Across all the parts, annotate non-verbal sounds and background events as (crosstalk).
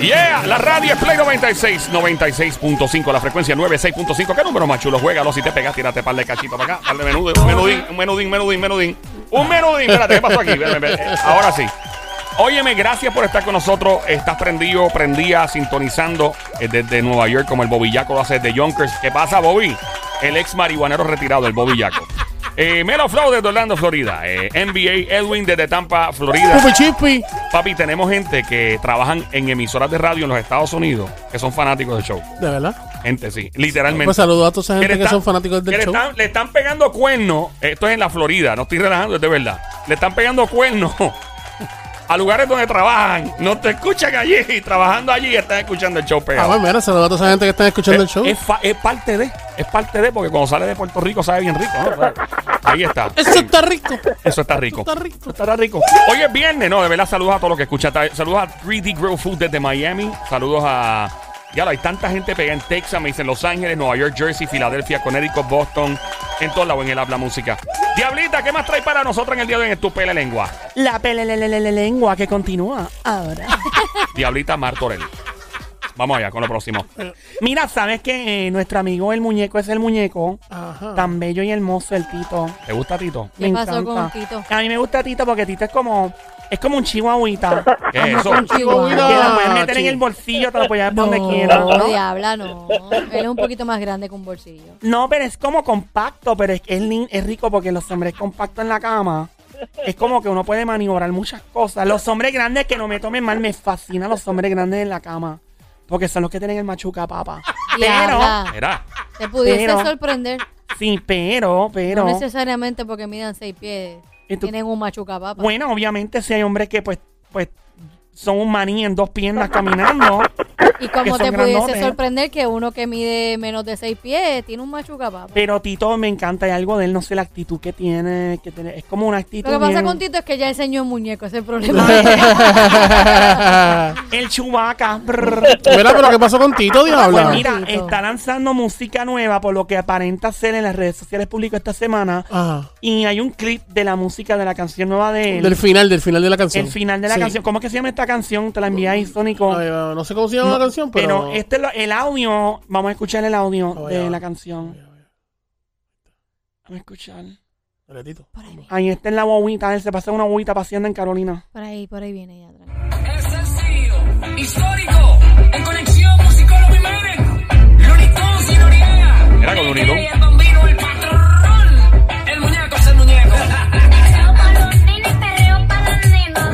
Yeah, la radio es Play 96, 96.5, la frecuencia 96.5. ¿Qué número más chulo? Juégalo si te pegas, tírate par de cachito para acá. Dale menudín, un menudín, un menudín, menudín, menudín. Un menudín, espérate, ¿qué pasó aquí? Ven, ven, ven. Ahora sí. Óyeme, gracias por estar con nosotros. Estás prendido, prendida, sintonizando eh, desde Nueva York como el Bobillaco lo hace desde Yonkers. ¿Qué pasa, Bobby? El ex marihuanero retirado, el Bobillaco. Eh, Melo Flow desde Orlando, Florida. Eh, NBA Edwin desde Tampa, Florida. Chupi chupi. Papi, tenemos gente que trabajan en emisoras de radio en los Estados Unidos que son fanáticos del show. De verdad. Gente, sí, literalmente. Pues saludos a toda esa Que gente le que está- son fanáticos que del le show. están- le están pegando cuernos. Esto es en la Florida, no estoy relajando, es de verdad. Le están pegando cuernos (laughs) a lugares donde trabajan. No te escuchan allí. y Trabajando allí están escuchando el show Ah, pegado. bueno, mira, saludos a toda esa gente que están escuchando el es, show. es fa- es parte de, es parte de, porque cuando sale de Puerto Rico sabe bien rico. ¿no? O sea, Ahí está. Eso está rico. Eso está rico. Está rico. Estará rico. Hoy es viernes, ¿no? De verdad, saludos a todos los que escuchan. Ta- Saludos a 3D Grill Food desde Miami. Saludos a. Ya lo, hay tanta gente pegada en Texas, me dicen Los Ángeles, Nueva York, Jersey, Filadelfia, Connecticut, Boston, en todos lados en el habla música. Diablita, ¿qué más trae para nosotros en el día de hoy en tu pele lengua? La lengua que continúa ahora. (laughs) Diablita Martorell. Vamos allá con lo próximo. Mira, ¿sabes que eh, Nuestro amigo el muñeco es el muñeco. Ajá. Tan bello y hermoso el Tito. ¿Te gusta, Tito? Me ¿Qué pasó encanta. con Tito? A mí me gusta Tito porque Tito es como... Es como un chihuahuita. (laughs) ¿Qué es eso? Con que Chihuahua. la puedes meter chi- en el bolsillo, te lo puedes llevar para No, donde quieras. ¿no? diabla, no. Él es un poquito más grande que un bolsillo. No, pero es como compacto, pero es, es, lin- es rico porque los hombres compactos en la cama. Es como que uno puede maniobrar muchas cosas. Los hombres grandes que no me tomen mal, me fascinan los hombres grandes en la cama. Porque son los que tienen el machuca, papa. Pero, Diabla, Mira, te pudiese pero- sorprender. sí, pero, pero. No necesariamente porque midan seis pies. ¿Y tú- Tienen un machucapapa. Bueno, obviamente si hay hombres que pues, pues, son un maní en dos (laughs) piernas caminando. y que como son te pudiese grandotes. sorprender que uno que mide menos de seis pies tiene un machucapapa. Pero Tito me encanta, hay algo de él, no sé la actitud que tiene, que tiene. Es como una actitud. Lo que pasa bien- con Tito es que ya enseñó un muñeco, ese es el problema. El (laughs) chubaca. Mira, pero ¿qué pasó con Tito, Pues diabla? mira, Tito. está lanzando música nueva, por lo que aparenta ser en las redes sociales públicas esta semana. Ajá. Y hay un clip de la música de la canción nueva de él. Del final, del final de la canción. el final de la Sí. canción. ¿Cómo es que se llama esta canción? Te la enviáis, Sónico. Ay, va, no sé cómo se llama la canción, pero. Pero este es lo- el audio. Vamos a escuchar el audio Ahí va, ahí de va. la canción. Mira, mira, Vamos a escuchar. dale, Tito. Por ahí viene, Ahí está en la bobita. Él se pasa una bobita paseando en Carolina. por ahí, por ahí viene ya atrás. Es sencillo, histórico, en conexión musicólogo Jiménez, Lunitón sin Noriega. Era con Looney Tunes. El bambino, el patrón, el muñeco es el muñeco. (laughs) Perreo pa' los nenes, perreo pa' los nenas.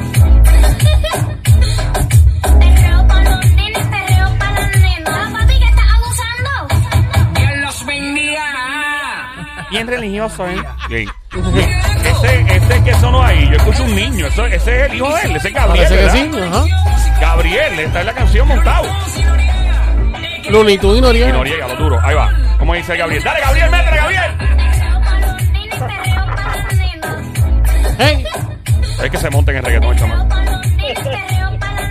Perreo pa' los nenes, perreo pa' las nenas. Ah, papi, que estás abusando. Dios los bendiga. Bien religioso, ¿eh? sí. Ese, ese que sonó ahí, yo escucho un niño. Eso- ese es el hijo de él, ese es Gabriel. Parece que ¿verdad? sí. Ajá. Gabriel, está en la canción montado. Lunitud y Y Noriega. Noriega, lo duro. Ahí va. ¿Cómo dice Gabriel? Dale, Gabriel, métele, Gabriel. Perreo pa' los nenes, perreo pa' las nenas. Hey, Es que se monten en reggaetón, Perreo chaval. pa' los nenes, perreo pa' las nenas. Ah,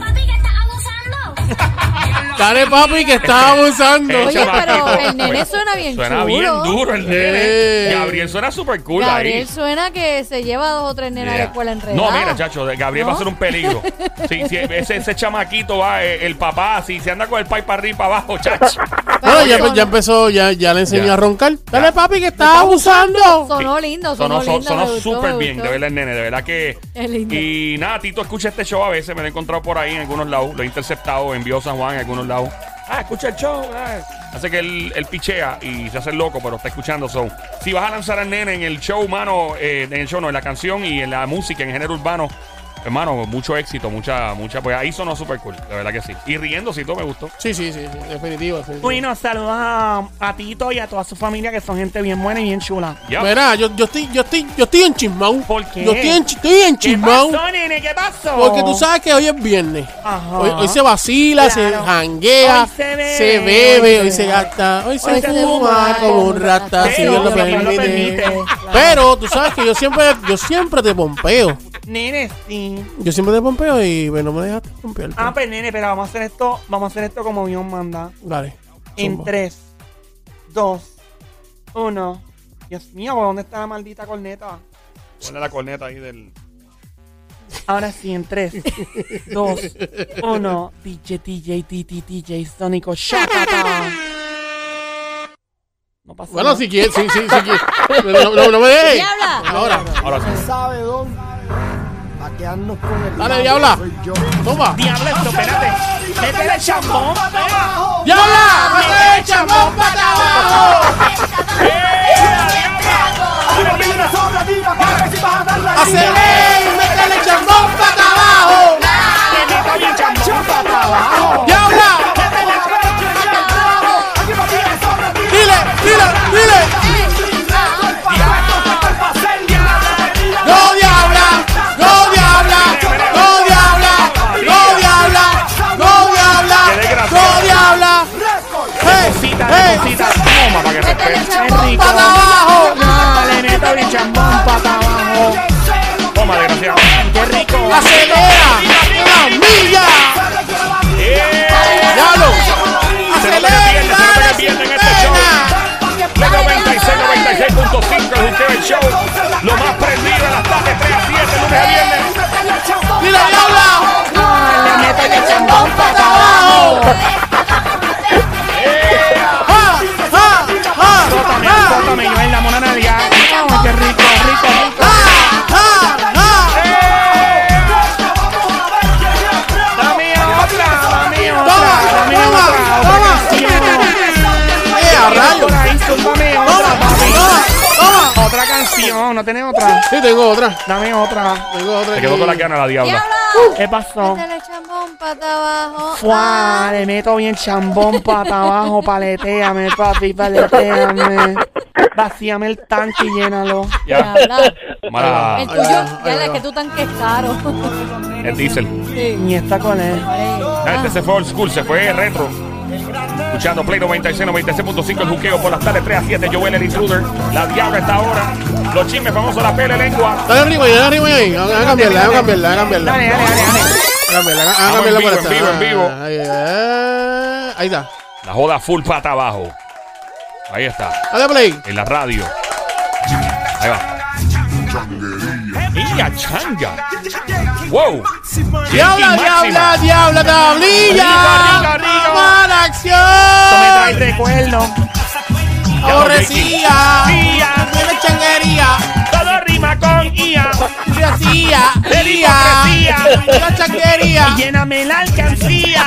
papi, que estás abusando. dale, papi, que está abusando. Eh, Oye, chamaquito. (laughs) pero el nene suena bien Suena chulo. bien duro el nene. Sí. Gabriel suena super cool Gabriel ahí. suena que se lleva dos o tres nenas de Yeah. escuela enredadas. No, mira, chacho, de- Gabriel va a ¿No? ser un peligro. Sí, sí, ese, ese chamaquito va, eh, el papá, si se anda con el pai para arriba y para abajo, chacho. Pero Bueno, ya, sonó- ya empezó, ya, ya le enseñó Ya. a roncar. Dale, papi, que está abusando. Sonó lindo, (laughs) sonó, Sonó, lindo. sonó, sonó me gustó, súper me bien, de gustó. verdad, el nene, de verdad que. Es lindo. Y nada, Tito escucha este show a veces, me lo he encontrado por ahí en algunos lados, lo he interceptado, envió San Juan en algunos lados. Ah, escucha el show. ah. Hace que él, él pichea y se hace el loco, pero está escuchando. So, si vas a lanzar al nene en el show, mano, eh, en el show, no, en la canción y en la música, en género urbano, hermano, mucho éxito, mucha, mucha. Pues ahí sonó súper cool, de verdad que sí. Y riendo, si todo me gustó. Sí, sí, sí, sí, definitivo. definitivo. Bueno, saludos a, a Tito y a toda su familia que son gente bien buena y bien chula. Ya. Mira, Pues yo, yo estoy, yo estoy, yo estoy enchismado. ¿Por qué? Yo estoy, enchi- estoy ¿Qué enchismado. pasó, nene? ¿Qué pasó? Porque tú sabes que hoy es viernes. Ajá. Hoy, hoy se vacila, se Claro. janguea, Hoy se bebe, se bebe, hoy hoy se se bebe. gasta, hoy se Hoy se fuma fuma como un rata, Pero, si Dios lo si Dios lo permite. permite. Pero tú sabes que yo siempre, yo siempre te pompeo. Nene, sí. Yo siempre te pompeo y bueno, no me dejaste pompear. Ah, pues nene, pero vamos a hacer esto, vamos a hacer esto como Dios manda. Dale. En zumba. 3, 2, 1. Dios mío, ¿dónde está la maldita corneta? Ponle la corneta ahí del. Ahora sí, en 3, 2, 1. DJ, DJ, DJ, DJ, Sónico, shakata. No pasó Bueno, nada. si quieres, sí, sí, sí. quieres. No, no, no, no me dejes. Diabla. Ahora, Ahora sí. sabe dónde. Pa' quedarnos con el diablo Dale, diabla. soy yo. toma. Diablo, esto, espérate. Métele el chambón. toma. ¡Diabla! ¡Mete el chambón para abajo! Tira, tira, sobra, tira, para que si vas a dar la ¡Acelé! ¡Mete el chambón para abago! ¡Diabla! ¡Dile, dile, dile! ¡No, diabla! ¡No, diabla! ¡No, diabla! ¡No, diabla! ¡No, diabla! Qué desgraciado. ¡No, diabla! ¡Eh, Cita, eh! cita. Toma para que respete. Es rico. ¡Para abajo! No, le meto el chambón para abajo. Toma, desgraciado. Qué rico. ¡Acelera! ¡Una milla! ¡Eh! ¡Diablo! Se nota que ¡Acelera! pierde, se nota que pierde en este show. De 96, 96.5, el Juqueo el Show. Lo más prendido de las tardes 3 a 7, lunes a viernes. ¡Dile, diabla! No, le meto el chambón para abajo. ¡Ja, ja, ja, Tócame, ja! tócame, yo en la mona nalga. Qué rico, rico, rico. Dame otra, dame otra, Toma, dame toma, otra, otra toma. canción. ¡Eh, a rayos! Por ahí, súbame otra, ¡Toma, papi. toma, toma! Otra canción, ¿no tenés otra? Sí, tengo otra. Dame otra. Tengo otra. Se quedó con la gana la diabla. Diabla. ¿Qué pasó? Métele el chambón pata abajo. Fuá, le meto bien chambón pata abajo, paleteame, papi, paleteame. Vacíame el tanque y llénalo. Ya. Diabla. Mala. El tuyo, va, ahí ya va. la que tú tan que es caro. (laughs) El diésel. Sí. Ni está con él. La gente Ah, este se fue old school, se fue retro. Escuchando Play 96, 96.5 el juqueo por las tardes 3 a 7. Joel el intruder. La diabla está ahora. Los chismes famosos, la pele lengua. Dale arriba ahí, dale arriba ahí. Vamos a cambiarla, vamos a cambiarla, vamos a cambiarla. Dale, dale, dale, Vamos dale. a cambiarla, vamos a Vamos cambiarla en vivo, por en esta. vivo, en vivo. Ahí, eh, Ahí está. La joda full pata abajo. Ahí está. Dale play. En la radio. Ahí va. Changuería. changa. Wow. Diabla, diabla, diabla, Rica, tablilla. rica, rica. Mala Esto me trae acción. recuerdo. Aborrecía. Tiene changuería. Todo rima con IA. Hipocresía. El Hipocresía. hipocresía. La changuería. Lléname la alcancía.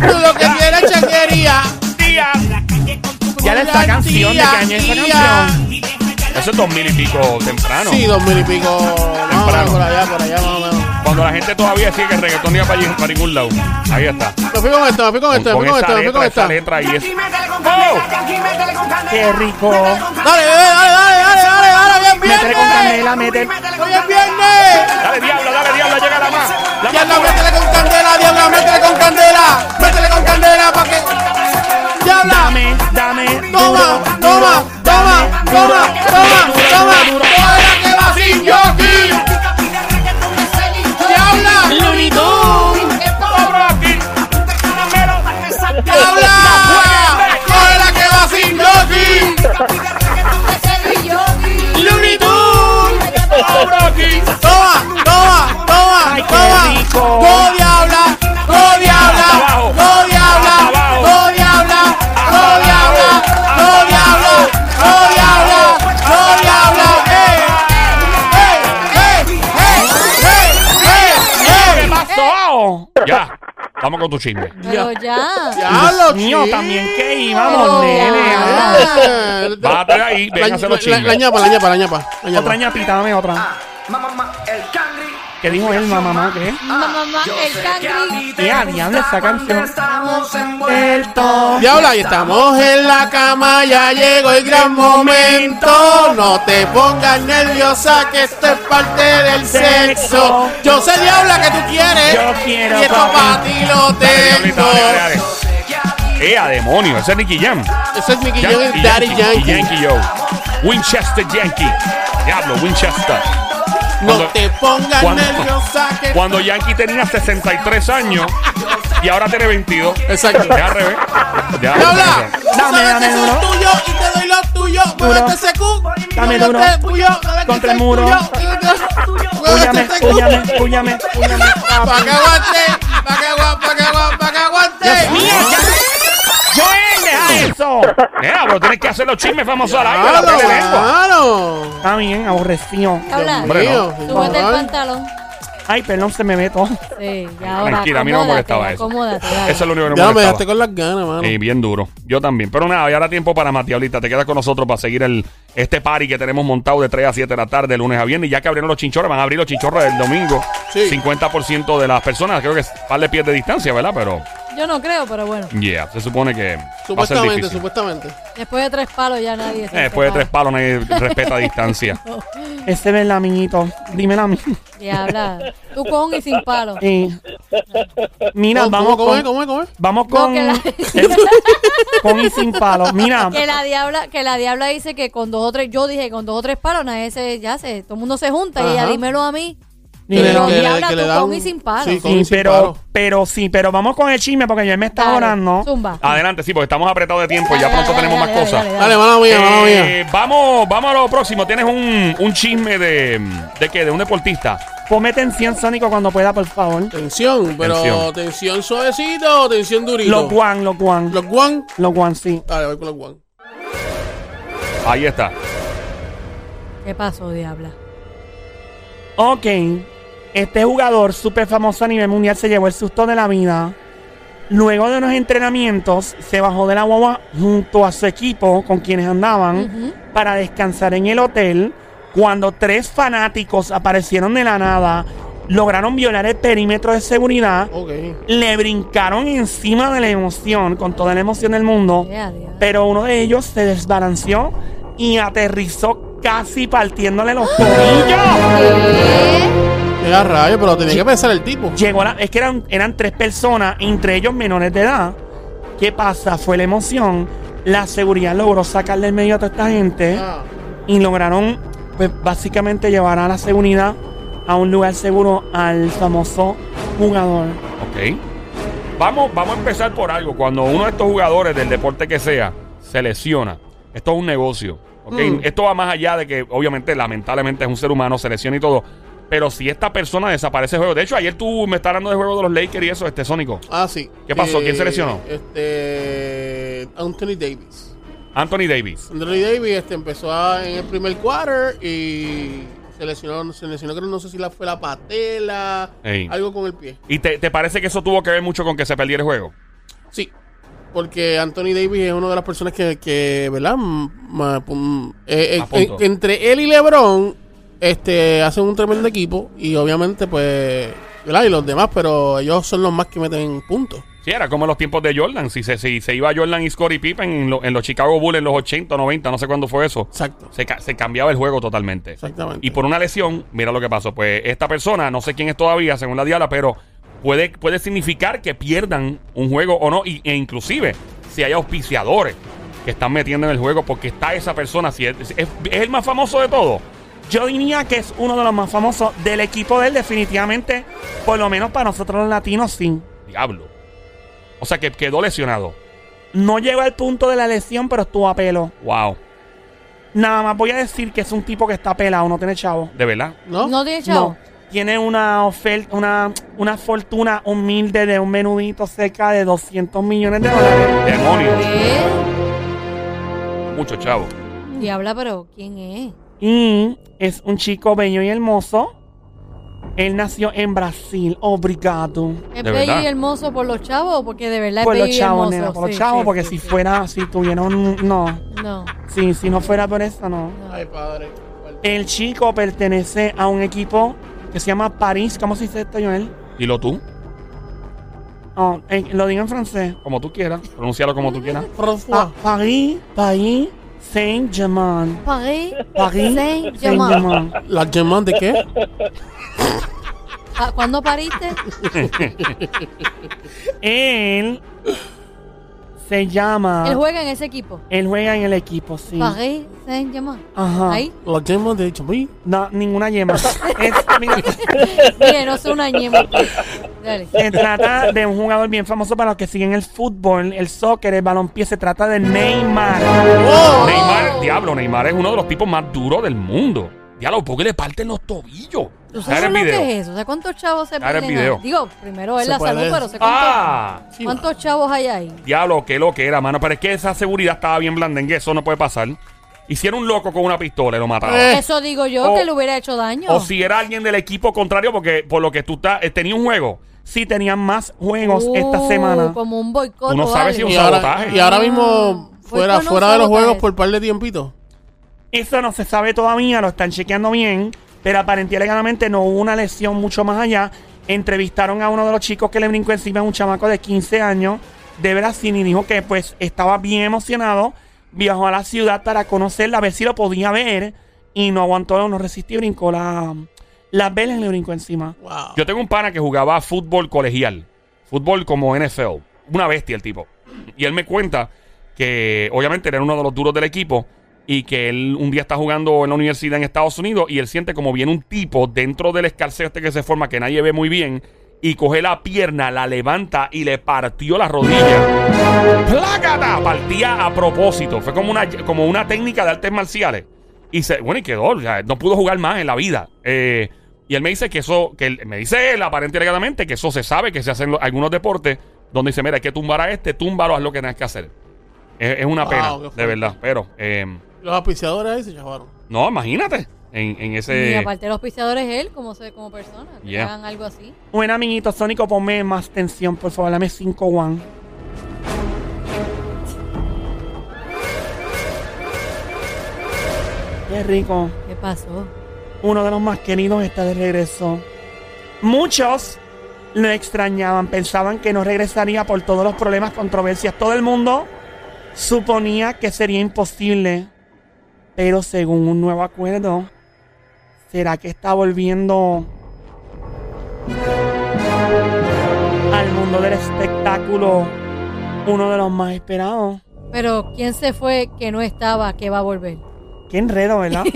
Tú lo que quieres es changuería. Tía. Ya le está canción de que año es esa canción. Ah, Eso es dos mil y pico temprano. Sí, dos mil y pico. Vamos por allá, por allá, vamos. Cuando la gente todavía sigue que el reggaetón no iba para, allí- para ningún lado. Ahí está. Me fui con esto, me fui con esto, me fui esa con esto, me fui con letra, esto. esa Dale, letra y es. ¡Oh! Qué rico. dale, dale, dale, dale, dale, dale, bien Métele con viernes. canela, métele. Hoy es viernes. Dale, diablo, dale, diablo, llega la más. La más Diabla, dura. métele con candela, diabla, métele con candela. Métele con candela para que. Diabla, Dame, dame. toma, duro, toma, duro, toma, dame, toma, duro, toma, duro, duro, toma. duro. Toda la que va sin jockey. Diabla, diabla. Toda la que va sin jockey. Looney Tunes. Toma, toma, toma, Ay, qué toma. rico. No diabla, no diabla, Abajo. no diabla, Abajo. no diabla, no diabla, no diabla, no diabla, no diabla. Eh, eh, eh, eh, eh, eh, ¿Qué eh. pasó? Ya. Vamos con tu chisme. Pero ya. Diablo, Mío, chico. también que íbamos, nene. vamos. Eh, Bájate de ahí, la- véngase los la- La chismes. ñapa, la ñapa, la ñapa. la ñapa. Otra ñapita, dame otra. ¿Qué dijo él, mamá, mamá? ¿Qué? Mamá, mamá, el cangri. ¿Qué a diablo esa canción? Envueltos. Diabla, y estamos en la cama, ya llegó el gran momento. No te pongas nerviosa, que esto es parte del sexo. Yo sé, Diabla, que tú quieres. Yo quiero, Y esto papi. para ti lo Dale, diablita, tengo. dale, dale. ¡Eh, a demonio! Ese es Nicky Jam. Ese es Nicky Jam Yankee, y Daddy Yankee, Yankee. Yankee, yo. Winchester Yankee. Diablo, Winchester. No Cuando- te pongas cuando- nerviosa, que Cuando Yankee tenía 63 años y ahora tiene 22. Exacto. Ya al revés. Ya. Diabla, tú Dame, sabes que dame soy duro. tuyo y te doy lo tuyo. Muévete ese cu. Dame muévete, duro. tuyo, sabes que Contra el soy muro. tuyo. (laughs) púñame, púñame, púñame. Pa' que aguante, pa' que aguante, pa' que aguante, pa' que aguante. Dios mío, ya. Joel, deja eso. Mira, pero tienes que hacer los chismes famosos al aire. Claro, la tele lengua. claro. Está bien, aborrecido. Habla. Hombre, no. Mío, Súbete el ay. pantalón. Ay, perdón, se me ve todo. Sí, ya ahora. Tranquila, a mí no me acomódate, molestaba eso. Acomódate, dale. Eso es lo único que me Ya me molestaba. dejaste con las ganas, mano. Y bien duro. Yo también. Pero nada, ya da tiempo para más, diablita. Te quedas con nosotros para seguir el, este party que tenemos montado de 3 a 7 de la tarde, de lunes a viernes. Y ya que abrieron los chinchorros, van a abrir los chinchorros el domingo. Sí. 50% de las personas, creo que es par de pies de distancia, ¿verdad? Pero, Yo no creo, pero bueno. yeah, se supone que va a ser Supuestamente, difícil. supuestamente. Después de tres palos ya nadie. Eh, después de tres palos (laughs) nadie respeta distancia. Ese es el amiguito. Dímelo a mí. Diabla. Tú con y sin palo. Eh, mira, ¿Cómo, vamos Oh, cómo, con... es, cómo es, cómo es? Vamos No, con... que la- (laughs) con y sin palo. Mira, Que la diabla, que la diabla dice que con dos o tres, yo dije que con dos o tres palos, nadie se, ya se, todo el mundo se junta y ella Ajá. dímelo a mí. Ni me lo- Pero Que le- diabla, que le tú dan- con y sin palo. Sí, con sí, y sin pero, paro. pero sí, pero vamos con el chisme porque yo me está Dale, orando. Zumba. Adelante, sí, porque estamos apretados de tiempo y Ah, pues ya Dale, pronto dale, tenemos más dale, cosas. dale, dale, Dale, mano mía, mano mía. Eh, vamos, vamos a lo próximo. Tienes un, un chisme de, de qué, de un deportista. Ponme tensión, Sónico, cuando pueda, por favor. Tensión, pero Tensión. tensión, suavecito o tensión durito. Los guan, los guan. Los guan. Los guan, sí. Dale, voy con los guan. Ahí está. ¿Qué pasó, diabla? Ok. Este jugador súper famoso a nivel mundial se llevó el susto de la vida. Luego de unos entrenamientos, se bajó de la guagua junto a su equipo con quienes andaban para descansar en el hotel. Cuando tres fanáticos aparecieron de la nada, lograron violar el perímetro de seguridad, Ok. le brincaron encima de la emoción, con toda la emoción del mundo. Ya, diabla. pero uno de ellos se desbalanceó y aterrizó casi partiéndole los tobillos. ¿Qué? Qué rayo, pero tenía que pensar el tipo. Llegó la, es que eran, eran tres personas, entre ellos menores de edad. ¿Qué pasa? Fue la emoción. La seguridad logró sacar del medio a toda esta gente Ah, y lograron, pues básicamente llevar a la seguridad a un lugar seguro al famoso jugador. Ok. Vamos, vamos a empezar por algo. Cuando uno de estos jugadores del deporte que sea se lesiona, esto es un negocio. ¿ok? Mm. Esto va más allá de que, obviamente, lamentablemente es un ser humano, se lesiona y todo. Pero si esta persona desaparece del juego. De hecho, ayer tú me estás hablando del juego de los Lakers y eso, este Sónico. ah, sí. ¿Qué pasó? ¿Quién se lesionó? Este. Anthony Davis. Anthony Davis. Anthony Davis este, empezó a- en el primer quarter y se lesionó, se lesionó, creo, no sé si la fue la patela, Ey. algo con el pie. ¿Y te, te parece que eso tuvo que ver mucho con que se perdiera el juego? Sí, porque Anthony Davis es una de las personas que, que ¿verdad? M- ma- pum, eh, eh, A punto. en- entre él y LeBron este, hacen un tremendo equipo y obviamente, pues, ¿verdad? Y los demás, pero ellos son los más que meten puntos. Sí, era como en los tiempos de Jordan. Si se, si se iba Jordan y Scottie Pippen en, lo- en los Chicago Bulls en los 80, 90, no sé cuándo fue eso. Exacto, Se, ca- se cambiaba el juego totalmente. exactamente. Y por una lesión, mira lo que pasó. Pues esta persona, no sé quién es todavía, según la diabla, pero puede, puede significar que pierdan un juego o no. Y, e inclusive, si hay auspiciadores que están metiendo en el juego, porque está esa persona, si es, es- es el más famoso de todo. Yo diría que es uno de los más famosos del equipo de él, definitivamente, por lo menos para nosotros los latinos, sí. Diablo. O sea, que quedó lesionado. No llegó al punto de la lesión, pero estuvo a pelo. Wow. Nada más voy a decir que es un tipo que está pelado, no tiene chavo. De verdad. ¿No? No tiene chavo. Tiene una oferta, una, una fortuna humilde de un menudito cerca de 200 millones de dólares. Demonios. ¿Qué? Mucho chavo. Diabla, pero ¿quién es? Y es un chico bello y hermoso. Él nació en Brasil, obrigado. ¿Es De bello verdad. y hermoso por los chavos? Porque de verdad Por es los bello chavos, y hermoso. nena, por los Sí, chavos, sí, porque sí, si sí. fuera, si tuvieron, no. No. Sí, si no fuera por eso, no. Ay, padre. El chico pertenece a un equipo que se llama París. ¿Cómo se dice esto, Joel? Dilo tú, Oh, eh, lo digo en francés. como tú quieras. Pronuncialo como tú quieras. Pa- François. París, París, Saint-Germain. París, París, Saint-Germain. Saint-Germain. ¿La Germán de qué? Ah, ¿Cuándo pariste? Él se llama. Él juega en ese equipo. él juega en el equipo, Ah. sí. París, Saint-Germain. Ajá. Ahí. La Germán de Chamí. No, ninguna yema. Es- mira, Mire, no sé una ñema. Dale. se trata de un jugador bien famoso para los que siguen el fútbol, el soccer, el balompié. Se trata de Neymar. ¡Oh! Neymar, diablo, Neymar es uno de los tipos más duros del mundo. Diablo, ¿por qué le parten los tobillos? ¿Tú sabes Ahora el lo video. que es eso? ¿Sabes cuántos chavos se Ahora el pierden? ahí? video. Digo, primero es Se la puede salud, ver. pero sé cuántos, Ah, Eh, cuántos chavos hay ahí. diablo, qué lo que era, mano. Pero es que esa seguridad estaba bien blandengue, eso no puede pasar. Hicieron un loco con una pistola y lo mataron. Eh. Eso digo yo, O- que le hubiera hecho daño. O si era alguien del equipo contrario, porque por lo que tú estás, eh, tenía un juego. Sí, tenían más juegos esta Uh, semana. Como un boicot. Tú no o sabes si algo. un Y sabotaje. ahora, y ahora Ah, mismo, fue fuera, con un fuera de los sabotaje. juegos por par de tiempito. Eso no se sabe todavía, lo están chequeando bien, pero aparentemente legalmente no hubo una lesión mucho más allá. Entrevistaron a uno de los chicos que le brincó encima, un chamaco de 15 años de Brasil, y dijo que pues estaba bien emocionado, viajó a la ciudad para conocerla, a ver si lo podía ver, y no aguantó, no resistió, brincó la, las velas y le brincó encima. Wow. Yo tengo un pana que jugaba fútbol colegial, fútbol como NFL, una bestia el tipo. Y él me cuenta que obviamente era uno de los duros del equipo y que él un día está jugando en la universidad en Estados Unidos y él siente como viene un tipo dentro del escarceo este que se forma que nadie ve muy bien y coge la pierna, la levanta y le partió la rodilla. ¡Plácata! Partía a propósito. Fue como una, como una técnica de artes marciales. Y se, bueno, y quedó. o sea, no pudo jugar más en la vida. Eh, y él me dice que eso, que él- me dice él aparentemente que eso se sabe que se hacen lo- algunos deportes donde dice, mira, hay que tumbar a este, túmbalo, haz lo que tengas que hacer. Es, es una Wow, pena, qué fuerte. de verdad. Pero, eh, Los auspiciadores ahí se chavaron. no, imagínate. En, en Y ese. aparte los pisteadores él, como, se, como persona, que Yeah. hagan algo así. Buen amiguito Sónico, ponme más tensión, por favor, dame 5 one. Qué rico. ¿Qué pasó? Uno de los más queridos está de regreso. Muchos lo extrañaban, pensaban que no regresaría por todos los problemas, controversias. Todo el mundo suponía que sería imposible. Pero según un nuevo acuerdo, ¿será que está volviendo al mundo del espectáculo uno de los más esperados? Pero ¿quién se fue que no estaba, que va a volver? Qué enredo, ¿verdad? (laughs)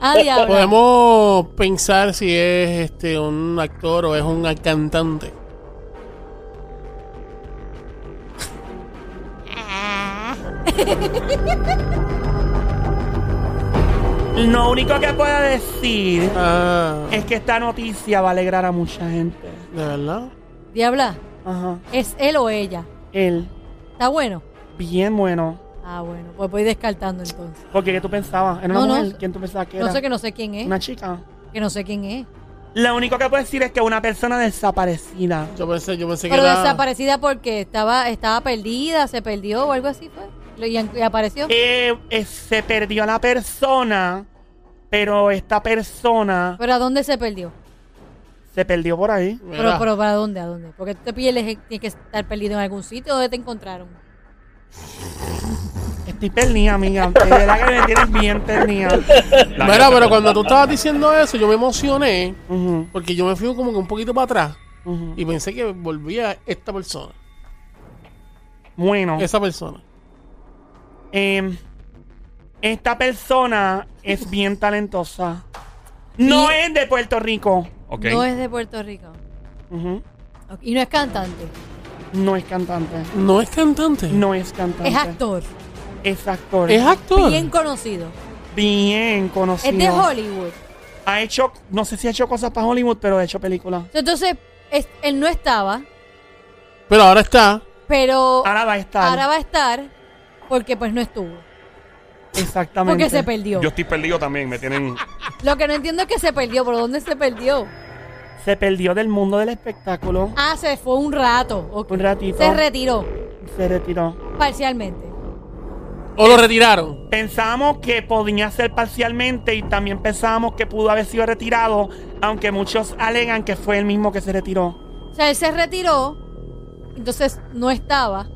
Ah, diablo. Podemos pensar si es este un actor o es un cantante. Lo único que puedo decir Ah, Es que esta noticia va a alegrar a mucha gente. de verdad. Diabla, Ajá. ¿es él o ella? Él, ¿Está bueno? bien bueno. Ah, bueno, pues voy descartando entonces. Porque ¿qué tú pensabas? ¿Era una No, no. mujer? ¿Quién tú pensabas que era? No sé que no sé quién es, ¿Una chica? que no sé quién es. Lo único que puedo decir es que una persona desaparecida. Yo pensé, yo pensé que Pero era. desaparecida porque estaba, estaba perdida, se perdió o algo así fue. Lo- Y, y apareció. Eh, eh, se perdió la persona, pero esta persona ¿Pero a dónde se perdió? se perdió por ahí. Mira, Pero, pero ¿para dónde? ¿A dónde? Porque tú te pierdes, eh, tienes que estar perdido en algún sitio donde te encontraron. Estoy perdida, amiga. De verdad que me tienes bien perdida. la- mira, pero cuando tú estabas diciendo eso, yo me emocioné Ujú, porque yo me fui como que un poquito para atrás ujú. y pensé que volvía esta persona, Bueno. esa persona. Eh, esta persona es bien talentosa. No Y- es de Puerto Rico. ok. No es de Puerto Rico. Ujú. Ok, Y no es cantante, No es cantante. No es cantante, No es cantante. es actor, Es actor. es actor. bien conocido. bien conocido. Es de Hollywood. Ha hecho, no sé si ha hecho cosas para Hollywood, pero ha hecho películas. Entonces, es- él no estaba, Pero ahora está. pero Ahora va a estar. ahora va a estar porque pues no estuvo. Exactamente. Porque se perdió. Yo estoy perdido también, me (laughs) tienen. Lo que no entiendo es que se perdió, ¿por dónde se perdió? Se perdió del mundo del espectáculo. Ah, se fue un rato. ok. Un ratito. Se retiró Se retiró. parcialmente. O lo retiraron. Pensábamos que podía ser parcialmente y también pensábamos que pudo haber sido retirado, aunque muchos alegan que fue el mismo que se retiró. O sea, él se retiró, entonces no estaba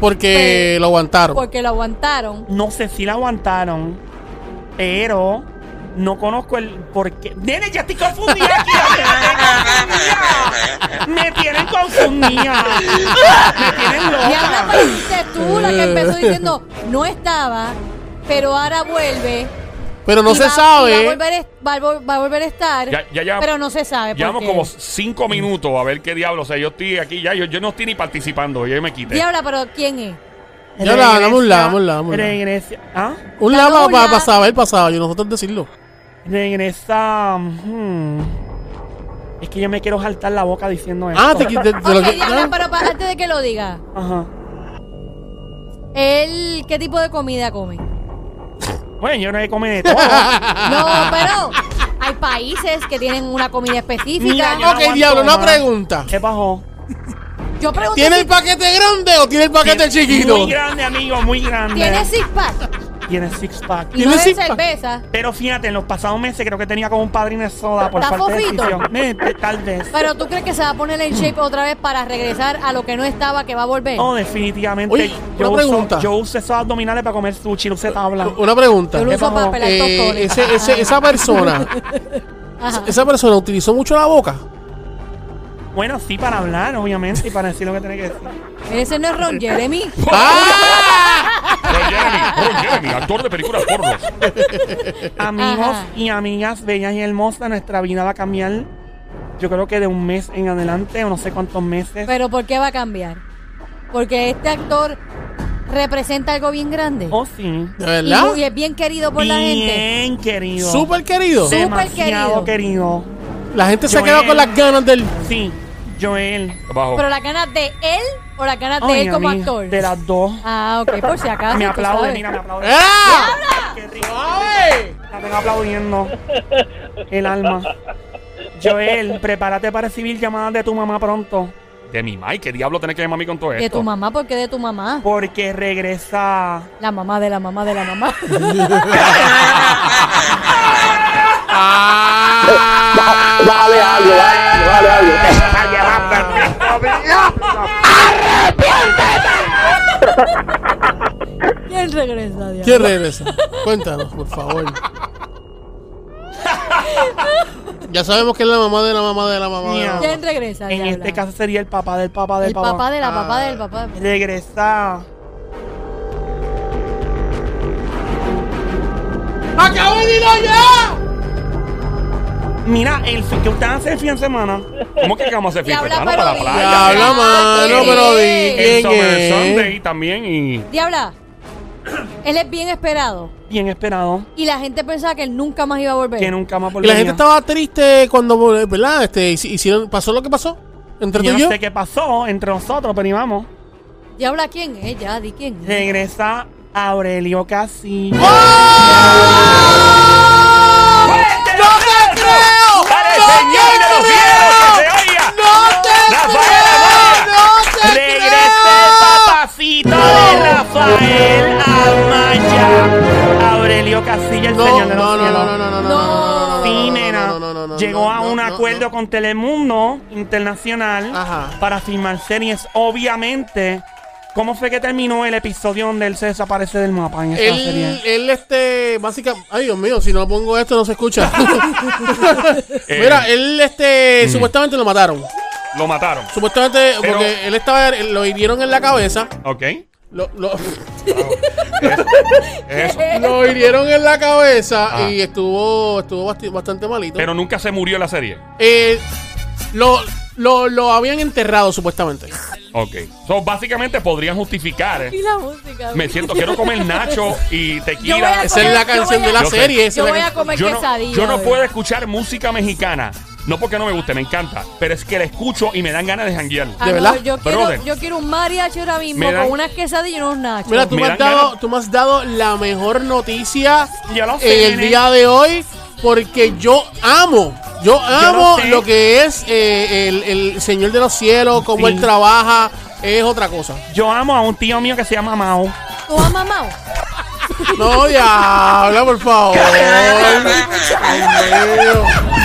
Porque Pero- lo aguantaron. porque lo aguantaron. No sé si la aguantaron, pero no conozco el por qué. Nene, ya estoy confundida aquí. Me tienen confundida. Me tienen Y ahora loca. apareciste tú la que empezó Eh. diciendo no estaba, pero ahora vuelve. Pero no y se va- y Va a, sabe. volver, est- va a vol- va a volver a estar, Ya- ya llevamos- pero no se sabe. por Llevamos qué. como cinco minutos a ver qué diablo. O sea, yo estoy aquí ya, yo, yo no estoy ni participando, yo me quité. Diabla, pero ¿quién es? Ya la- dame un la, dame un la, dame un la. Regresa. ¿Ah? Un lado Calulla. para saber pasado y nosotros decirlo. Regresa. hmm. Es que yo me quiero saltar la boca diciendo eso. Ah, te quité. te lo Ok, que- Diabla, ah. pero pa- antes de que lo diga, Ajá. él, ¿qué tipo de comida come? Bueno, yo no he comido (laughs) de todo. No, pero hay países que tienen una comida específica. Mira, yo- Ok, diablo, una pregunta. ¿Qué pasó? Yo pregunto ¿Tiene si el paquete grande o tiene el paquete chiquito? Muy grande, amigo, muy grande. tiene six pack Tiene six pack. y no es six pack? cerveza. Pero fíjate, en los pasados meses creo que tenía como un padrino de soda por ¿Está parte de fofito? decisión. Mete, Tal vez. Pero tú crees que se va a poner en shape otra vez para regresar a lo que no estaba, que va a volver. No, definitivamente. Oye, una uso- pregunta. Uh, yo uso esos abdominales para comer sushi, no se tabla. Una pregunta. Yo lo uso pasó? para pelar Eh, tostones. ese- ese- esa persona, Ajá. esa persona utilizó mucho la boca. Bueno, sí, para hablar, obviamente, y para decir lo que tiene que (laughs) decir. Ese no es Ron Jeremy. Ah, Ron Jeremy, Ron Jeremy, actor de películas pornos. Amigos Ajá. y amigas bellas y hermosas, nuestra vida va a cambiar. Yo creo que de un mes en adelante, o no sé cuántos meses. Pero ¿por qué va a cambiar? Porque este actor representa algo bien grande. oh, sí. ¿De Y- verdad? Y es bien querido por la gente. Bien querido. Súper querido. Súper Demasiado querido. querido. La gente se ha Joel. quedado con las ganas del. Sí, Joel. Abajo. Pero las ganas de él o las ganas de Ay, él como amiga, actor. De las dos. Ah, ok, por si acaso. me tú aplaude, sabes. ¿Eh? mira, me aplaude. ¡Ah! Qué rico. La tengo aplaudiendo. El alma. Joel, prepárate para recibir llamadas de tu mamá pronto. De mi Mike, ¿qué diablo tenés que llamar a mí con todo esto? De tu mamá, porque de tu mamá. Porque regresa. La mamá de la mamá de la mamá. (laughs) Dale algo, dale, dale algo. ¿Quién regresa, Dios? ¿Quién regresa? Cuéntanos, por favor. Ya sabemos que es la mamá de la mamá de la mamá de la mamá. ¿Quién regresa, Ah. En diabla? este caso sería el papá del papá del El papá de la papá del papá. Regresa. ¡Acabo de ir allá! Mira, el fin que ustedes hacen el fin de semana. (laughs) ¿Cómo que vamos a hacer fiesta? Diabla, Vamos para la pero playa. Ya habla, mano, pero di El quién Summer es. Sunday también y... Diabla, (coughs) él es bien esperado. Bien esperado. Y la gente pensaba que él nunca más iba a volver. Que nunca más Y la volvería. gente estaba triste cuando, eh, ¿verdad? Este, hici- hicieron, pasó lo que pasó entre tú Yo y no yo. sé qué pasó entre nosotros, pero íbamos. Diabla, ¿quién es? Ya, di quién. es. Regresa Aurelio Castillo. ¡No te creo! ¡Para el ¡No Señor de los te cielos que creo! se oiga! ¡No te Rafael creo! ¡No te Regresa creo! papacito de Rafael Amaya. Aurelio Castillo, el No, señor de no, los no, cielos. no, no, no, no, no, no, Sí, no, nena. no, no, no, no, Llegó a no, un no, acuerdo no. con Telemundo Internacional Ajá. para filmar series. Obviamente, ¿cómo fue que terminó el episodio donde él se desaparece del mapa en esta Él, serie? él, este, básicamente, ay Dios mío, si no pongo esto no se escucha. (laughs) Mira, él, este, supuestamente lo mataron. Lo mataron. Supuestamente, Pero- porque él estaba, él- lo hirieron en la cabeza. ¿Ok? Es Lo, lo, (laughs) (laughs) eso. lo hirieron en la cabeza Ajá. y estuvo, estuvo basti- bastante malito. Pero nunca se murió en la serie. Eh, lo, lo, lo habían enterrado supuestamente. Ok. So, básicamente podrían justificar. eh. Y la música. Me siento, (laughs) quiero comer nacho y Yo voy a tequila. Esa es comer- la yo canción voy a- de la Yo sé. serie. esa es Yo la voy a canción. comer yo no, quesadilla. yo no bebé. puedo escuchar música mexicana. No porque no me guste, me encanta. Pero es que la escucho y me dan ganas de janguear. Ah, ¿De no, verdad? yo, quiero, Brother. yo quiero un mariachi ahora mismo Me dan- con unas quesadillas y unos nachos. Mira, tú Me me, dan has dado, ganas. tú me has dado la mejor noticia Yo lo sé, en el nene. día de hoy porque yo amo, yo amo sé. lo que es eh, el, el Señor de los Cielos, cómo Sí. él trabaja, es otra cosa. Yo amo a un tío mío que se llama Mao. ¿Tú has mamado? No, diabla, por favor. Ay, Dios mío.